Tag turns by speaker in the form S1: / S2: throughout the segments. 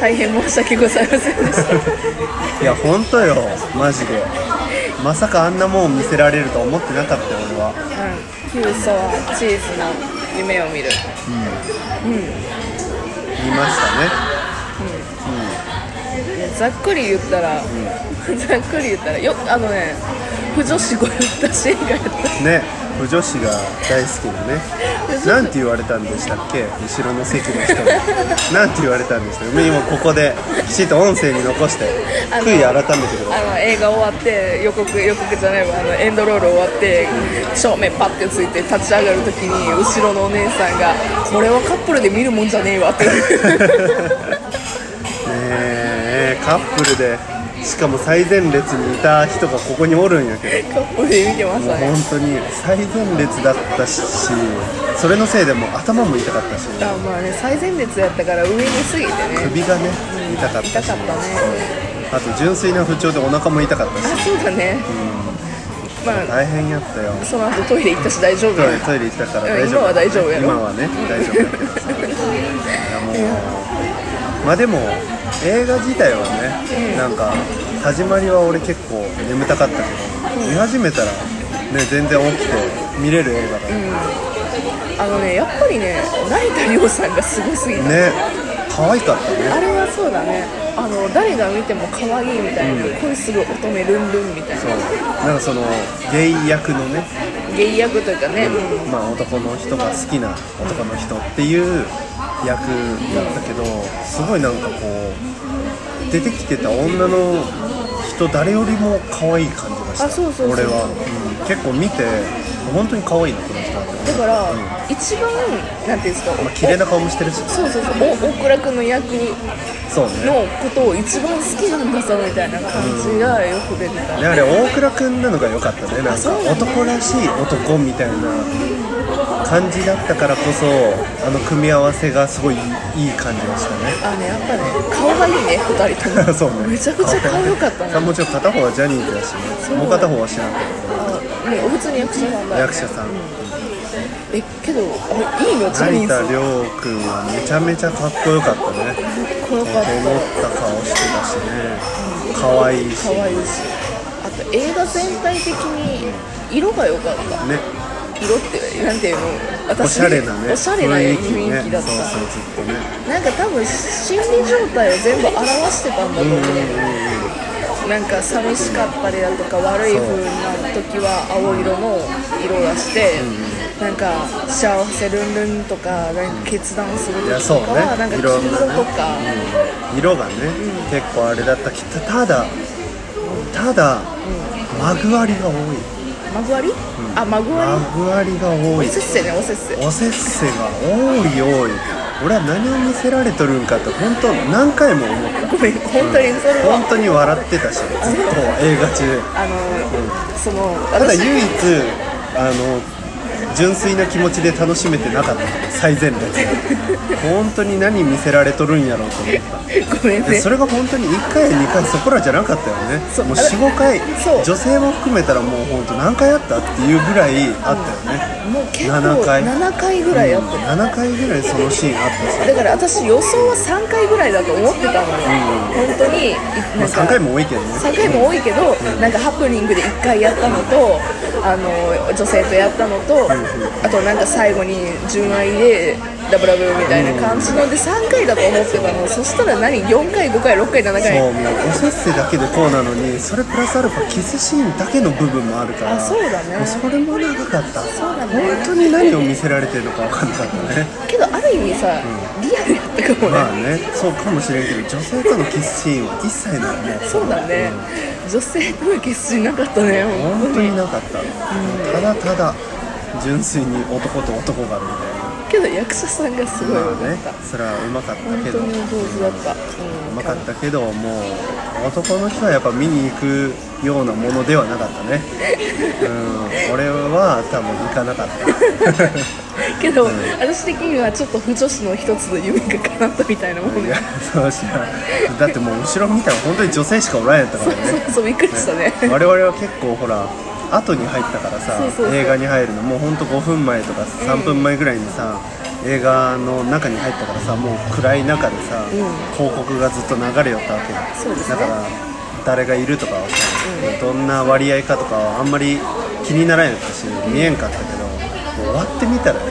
S1: 大変申し訳ございませんでした
S2: いや本当よマジでまさかあんなもん見せられると思ってなかったよ俺は
S1: キュウソはチーズの夢を見る
S2: 見ましたね
S1: いやざっくり言ったら、ざっくり言ったらよあのね不女子語言ったシーンがやった
S2: ね不女子が大好きなね
S1: 不女子
S2: なんて言われたんでしたっけ後ろの席の人になんて言われたんでしたっけ今ここできちっと音声に残して
S1: あの
S2: 悔い改めてください
S1: あの映画終わって予告予告じゃないわあのエンドロール終わって正面パッてついて立ち上がるときに後ろのお姉さんが「これはカップルで見るもんじゃねえわ」って
S2: ねえカップルでしかも最前列にいた人がここにおるんやけ
S1: カップルで見てまし
S2: どもう
S1: た
S2: 本
S1: ね
S2: 当に最前列だったしそれのせいでもう頭も痛かったし
S1: あまあね最前列やったから上に過ぎてね
S2: 首がね痛かったし
S1: 痛かったね
S2: あと純粋な不調でお腹も痛かったし
S1: あそうだねまあ
S2: 大変やったよ
S1: その後トイレ行ったし大丈夫
S2: トイ
S1: や
S2: レトイレ行ったから
S1: うん
S2: 大丈
S1: 今
S2: 夫
S1: は大丈夫やろ
S2: 今はね大丈夫やけどさいやもうまあでも映画自体はねなんか始まりは俺結構眠たかったけど見始めたらね全然起きて見れる映画だね
S1: あのねやっぱりね成田凌さんがすごすぎた
S2: 可愛かったね
S1: あれはそうだねあの誰が見ても可愛いみたいな、恋する乙女ルンルンみたい
S2: そう
S1: な
S2: なんかそのゲイ役のね
S1: ゲイ役というかね、うん
S2: まあ、男の人が好きな男の人っていう役だったけどすごいなんかこう出てきてた女の人誰よりも可愛い感じがした
S1: あそうそうそう
S2: 俺は、うん結構見て本当に可愛いなこの人はって
S1: だから、
S2: うん
S1: 一番なんていうんですか、
S2: まあ、綺麗な顔もしてるし
S1: おそうそうそうお大倉君の役
S2: そうね
S1: のことを一番好きなんだぞみたいな感じがよく出てた、
S2: ねあれ大倉君なのが良かったねなんか男らしい男みたいな感じだったからこそあの組み合わせがすごいいいいい感じがしたね
S1: あねやっぱね顔がいいね二人とも
S2: そうね
S1: めちゃくちゃ可愛かったね
S2: もちろん片方はジャニーズだしねもう片方は知らんけ
S1: あね普通に役者さんだ
S2: ど
S1: よね
S2: 役者さん
S1: えけどあれいいのジャニ
S2: 成
S1: ーズ
S2: 田凌君はめちゃめちゃかっこよかったね
S1: こよ
S2: 整
S1: か
S2: っ
S1: った
S2: た顔してたしね可愛いし
S1: 可愛いしあと映画全体的に色が良かった
S2: ね
S1: 色ってなんていうの私
S2: おしゃれなね
S1: おしゃれな
S2: 雰
S1: 雰
S2: 囲気ね
S1: 囲気だった、
S2: そうそうずっとね
S1: なんか多分心理状態を全部表してたんだと思うなんか寂しかったりだとか悪い風な時は青色の色がして、なんか幸せルンルンとかなんか決断する
S2: いや
S1: 時
S2: そう
S1: と
S2: ね
S1: かはなんか黄色
S2: いろんなね
S1: とか、
S2: 色がね結構あれだったきたただただマグワリが多い
S1: マグワリ、あマグ
S2: マ
S1: ワ
S2: グワリが多
S1: リ
S2: い
S1: おせっせねおせっせ
S2: おせっせが多い多い俺は何を見せられとるんかって本当何回も思った
S1: ごめん本当にそれは、
S2: 本当に笑ってたしずっと映画中
S1: あの、その
S2: ただ
S1: 私
S2: 唯一あの純粋な気持ちで楽しめてなかった最前列本当に何見せられとるんやろうと思っ
S1: ごめん
S2: たで
S1: ね
S2: それが本当に1回2回そこらじゃなかったよね
S1: そう
S2: もう
S1: あれ
S2: 45回
S1: そう
S2: 女性も含めたらもう本当何回あったっていうぐらいあったよね
S1: もう結構
S2: 7回
S1: 7回ぐらいやって
S2: 7回ぐらいそのシーンあったし
S1: だから私予想は3回ぐらいだと思ってたのよ、本当に
S2: まあ、3回も多
S1: い
S2: いけどね
S1: 3回も多いけど、なんかハプニングで1回やったのとあの女性とやったのと、あとなんか最後に純愛でダブラブみたいな感じので3回だと思ってたのそしたら何4回5回6回7
S2: そう
S1: 回
S2: もうおせっせだけでこうなのにそれプラスアルファキスシーンだけの部分もあるから
S1: あそうだね
S2: もうそれも長かった
S1: そうだね
S2: 本当に何を見せられてるのか分かんなかった ね
S1: けどある意味さ、リアルやったかもね、
S2: まあねそうかもしれんけど女性とのキスシーンは一切ないね
S1: そうだね、女性との決心なかったね
S2: 本
S1: 本当
S2: 当
S1: に
S2: になかった、ただただ純粋に男と男がみ
S1: けど役者さんがすごい良かっ
S2: たいなまあね
S1: た、
S2: それはうまかったけ
S1: 本
S2: ど
S1: 当
S2: う
S1: にお上手だった、うん
S2: まかったけどもう男の人はやっぱ見に行くようなものではなかったねうん俺は多分行かなかった
S1: けど、私的にはちょっと不女子の一つの夢が叶ったみたいなもん
S2: い
S1: で、
S2: やそうしなだってもう後ろ見たら本当に女性しかおらんやったからね
S1: そうそうびっくりしたね、
S2: 我々は結構ほら後に入ったからさ
S1: そうそうそう
S2: 映画に入るのもうほんと5分前とか3分前ぐらいにさ、映画の中に入ったからさもう暗い中でさ、広告がずっと流れよったわけよ
S1: そうです
S2: だ
S1: ね
S2: から誰がいるとかはさ、どんな割合かとかはあんまり気にならんやったし、見えんかったけど終わってみたらも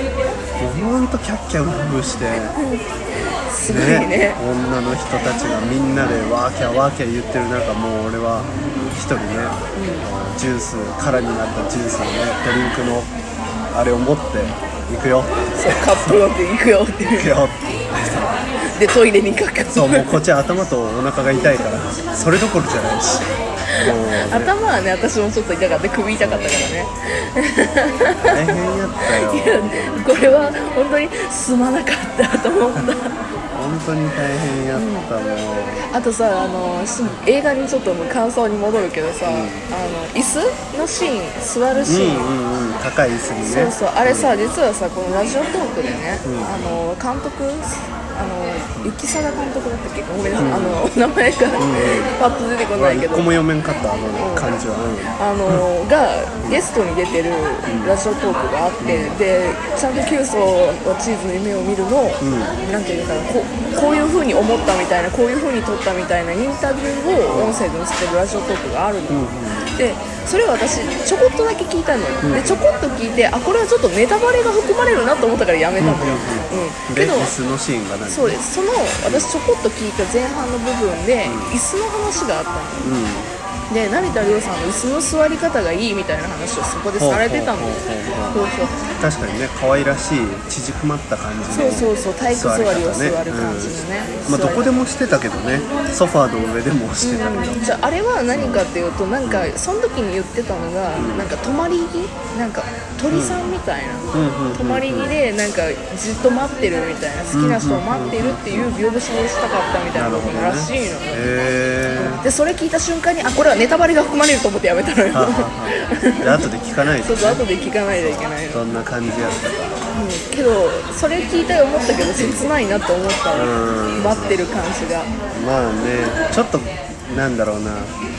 S2: うほんとキャッキャウフフして。
S1: すごいね
S2: 女の人たちがみんなでワーキャーワーキャー言ってる中もう俺は一人ね、ジュース空になったジュースのねドリンクのあれを持って行くよ
S1: そうカップロック行くよって
S2: 行くよ
S1: でトイレに行く
S2: そうもうこっちは頭とお腹が痛いからそれどころじゃないしもうね
S1: 頭はね私もちょっと痛かった首痛かった からね
S2: 大変やったよ
S1: いやこれは本当にすまなかったと思った
S2: 本当に大変やったもう
S1: あとさあのし映画にちょっと感想に戻るけどさ、あの椅子のシーン座るシーン、
S2: うんうんうん高い椅子に
S1: そう
S2: ね
S1: そうあれさ実はさこのラジオトークでね、あの監督あの雪貞監督だったっけごめんなさい、あの名前が、パッと出てこな
S2: まあ
S1: いけ
S2: 一
S1: ど
S2: 個も読めんかったあの感じは、うん
S1: あのがゲストに出てるラジオトークがあって、でちゃんと急須はチーズの夢を見るの、なんていうのかなここういう風に思ったみたいなこういう風に撮ったみたいなインタビューを音声で載せてるラジオトークがあるの、でそれを私ちょこっとだけ聞いたのよ、でちょこっと聞いてあこれはちょっとネタバレが含まれるなと思ったからやめたのよ、うん
S2: で
S1: けど
S2: 椅子のシーンが何
S1: そうですその私ちょこっと聞いた前半の部分で椅子の話があったのよ
S2: うん
S1: で成田凌さんの椅子の座り方がいいみたいな話をそこでされてたの
S2: ほう
S1: そう
S2: ほほうほう
S1: う
S2: 確かにね可愛らしい縮こまった感じの
S1: そうそうそう体育座りを座る感じのね
S2: うんまあ、どこでもしてたけどねソファーの上でもしてたけど、
S1: うんじゃああれは何かっていうとなんかその時に言ってたのがなんか泊まり木なんか鳥さんみたいな
S2: うんうん
S1: 泊まり木でなんかずっと待ってるみたいな好きな人を待ってるっていう描写をしたかったみたいなことらしいの
S2: へえ
S1: でそれ聞いた瞬間にあこれはネタバレが含まれると思ってやめたのよ
S2: はあはあで後で聞かない
S1: ち
S2: と
S1: ょっと後で聞かないといけないの
S2: どんな感じやったか
S1: けどそれ聞いて思ったけど切ないなと思った
S2: うん
S1: 待ってる感じが
S2: まあねちょっとなんだろうな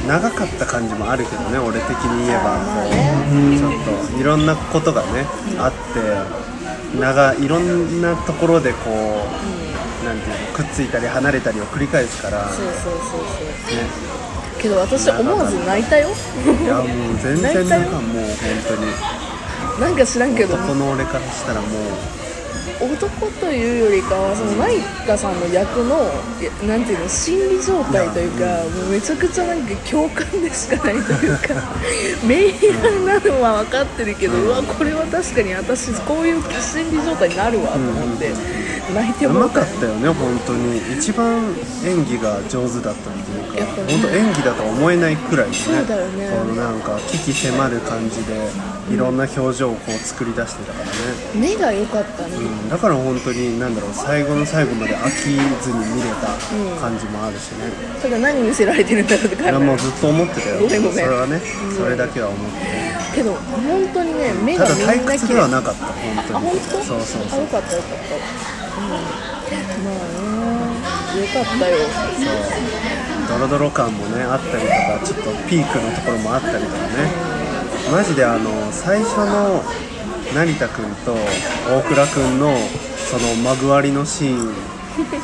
S2: 長かった感じもあるけどね俺的に言えばこうちょっといろんなことがねあって長いろんなところでこうなんていうのくっついたり離れたりを繰り返すから
S1: そうそうそうそ
S2: ね
S1: うけど私思わず泣いたよ
S2: いやもう全
S1: 泣
S2: 然
S1: いた
S2: なん
S1: よ
S2: かもう本当に
S1: なんか知らんけど
S2: 男の俺からしたらもう
S1: 男というよりかはその成田さんの役のいやなんていうの心理状態というかもうめちゃくちゃなんか共感でしかないという かメイヤーなのは分かってるけどうわこれは確かに私こういう心理状態になるわと思って泣いて
S2: う
S1: 思
S2: ま
S1: っ
S2: か
S1: た
S2: ったよね本当に一番演技が上手だったっていうか
S1: やっぱね
S2: 本当演技だとは思えないくらいね
S1: そうだよね
S2: このなんか危機迫る感じでいろんな表情をこう作り出してたからね、
S1: 目が良かったね
S2: うん、だから本当になんだろう最後の最後まで飽きずに見れた感じもあるしね、
S1: ただ何見せられてるんだろうって
S2: いや
S1: 感
S2: もう
S1: じ
S2: ずっと思ってたよ
S1: ごめんごめん
S2: それはねそれだけは思って
S1: けど本当にね目
S2: た
S1: が
S2: だ
S1: みんな
S2: 退屈では
S1: 綺麗
S2: なかった
S1: あ
S2: 本当
S1: 本
S2: に
S1: 当
S2: そうそう
S1: あ
S2: そう
S1: よかったよかったうんまあねよかったよ
S2: ドロドロ感もねあったりとかちょっとピークのところもあったりとかねマジであの最初の成田君と大倉君のそのまぐわりのシーン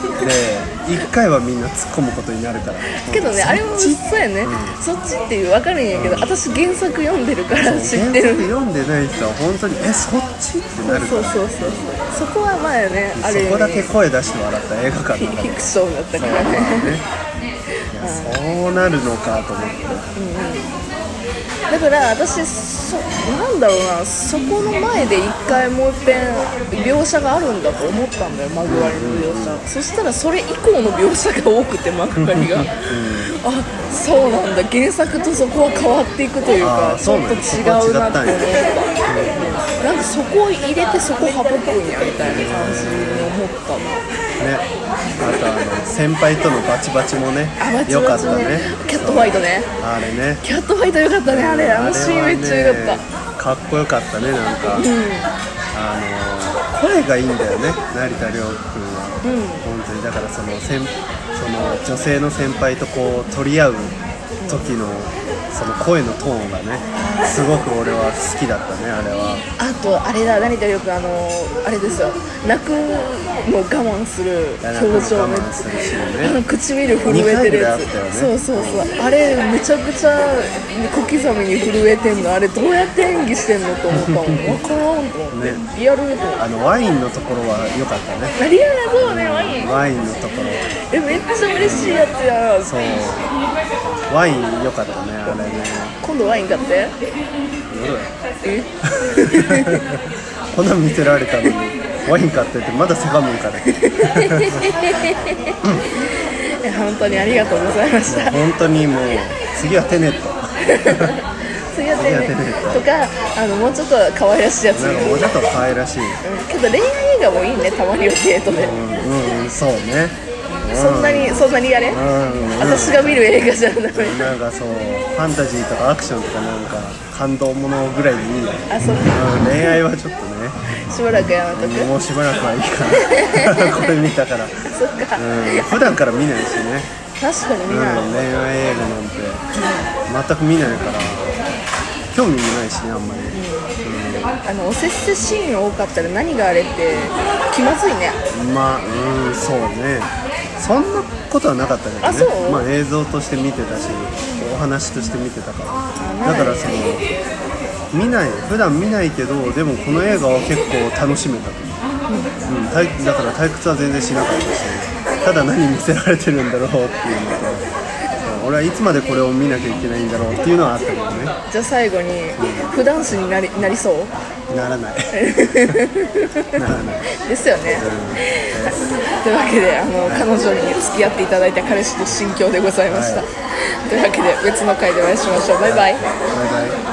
S2: で1回はみんな突っ込むことになるから
S1: けどねあれも
S2: そっち
S1: そうやねそっちっていう分かるんやけど私原作読んでるから知って
S2: 原
S1: る
S2: 作読んでない人は本当にえそっちってなるか
S1: そう
S2: ら
S1: そうそうそうそこはまあねある意
S2: そこだ
S1: 味
S2: け
S1: フ
S2: 声出して笑った映画館の中で
S1: ィクションだったからね
S2: いやそうなるのかと思って
S1: だから私そなんだろうなそこの前で一回もう一遍描写があるんだと思ったんだよマグワリの描写、そしたらそれ以降の描写が多くてマグワリが、あそうなんだ原作とそこは変わっていくという
S2: あ
S1: か
S2: ー
S1: ちょ
S2: そう
S1: っ
S2: なん
S1: と
S2: や
S1: 違うなって思っ
S2: そこは違ったんや
S1: たなんかそこを入れてそこ省くんやみたいな感じに思ったな
S2: ね、あとあの先輩とのバチバチもね
S1: あまち
S2: 良
S1: ま
S2: かっ
S1: ち
S2: たね
S1: キャットファイトね
S2: あれね
S1: キャットファイトよかったねあれあのシーンめっちゃよかった
S2: たかっこよかったねなんか、あの声がいいんだよね成田凌君は、本当にだからその先その女性の先輩とこう取り合う時のその声のトーンがねすごく俺は好きだったねあれは
S1: あとあれだ成田凌君あのあれですよ泣くの我慢する表情めっ
S2: 我慢するシー
S1: ちゃあの
S2: ンね
S1: 唇震えてるやつ、
S2: 二回ぐらいあったよ
S1: そう
S2: ね
S1: そうそうあれめちゃくちゃ小刻みに震えてんのあれどうやって演技してんのと思ったもん分からんと思って、
S2: ね
S1: リアルと思って
S2: あのワインのところは良かったね
S1: あリアルそうねワイン
S2: ワインのところ
S1: えめっちゃ嬉しいやつやん
S2: そうワイン良かったねあれね
S1: 今度ワイン買って
S2: 夜だよ
S1: え
S2: こんなん見せられたのにワイン買っててまだせがむんから
S1: え本当にありがとうございました
S2: 本当にもう次はテネット
S1: 次やってねとかあのもうちょっと可愛らしいやつ
S2: なんかもうちょっと可愛らしい
S1: けど恋愛映画もいいねたまにはデートで、
S2: うんうんそうね
S1: そんなにそんなにあれ、
S2: うんうん
S1: 私が見る映画じゃダメ
S2: なんかそうファンタジーとかアクションとかなんか感動ものぐらいでいいよ、
S1: あそう
S2: うん、恋愛はちょっとね
S1: しばらくやめとく
S2: もうしばらくはいいかなこれ見たから、うん、
S1: そっか、
S2: 普段から見ないしね、
S1: 確かに
S2: う
S1: 見
S2: ん、
S1: な
S2: 恋
S1: い、
S2: 愛映画なんて全く見ないから興味もないしねあんまり、
S1: あのおせっせシーン多かったら何があれって気まずいね
S2: まあうんそうねそんなことはなかったけどね
S1: あそう
S2: まあ、映像として見てたしお話として見てたから
S1: な
S2: だ
S1: い
S2: からその見ない普段見ないけどでもこの映画は結構楽しめたと思う、うん退だから退屈は全然しなかったしただ何見せられてるんだろうっていうのとうん俺はいつまでこれを見なきゃいけないんだろうっていうのはあったけどね
S1: じゃあ最後に普段子になりなりそう
S2: ならないならない
S1: ですよね、というわけであの彼女に付き合っていただいた彼氏と心境でございました、というわけで別の回でお会いしましょうバイバイ
S2: バイバイ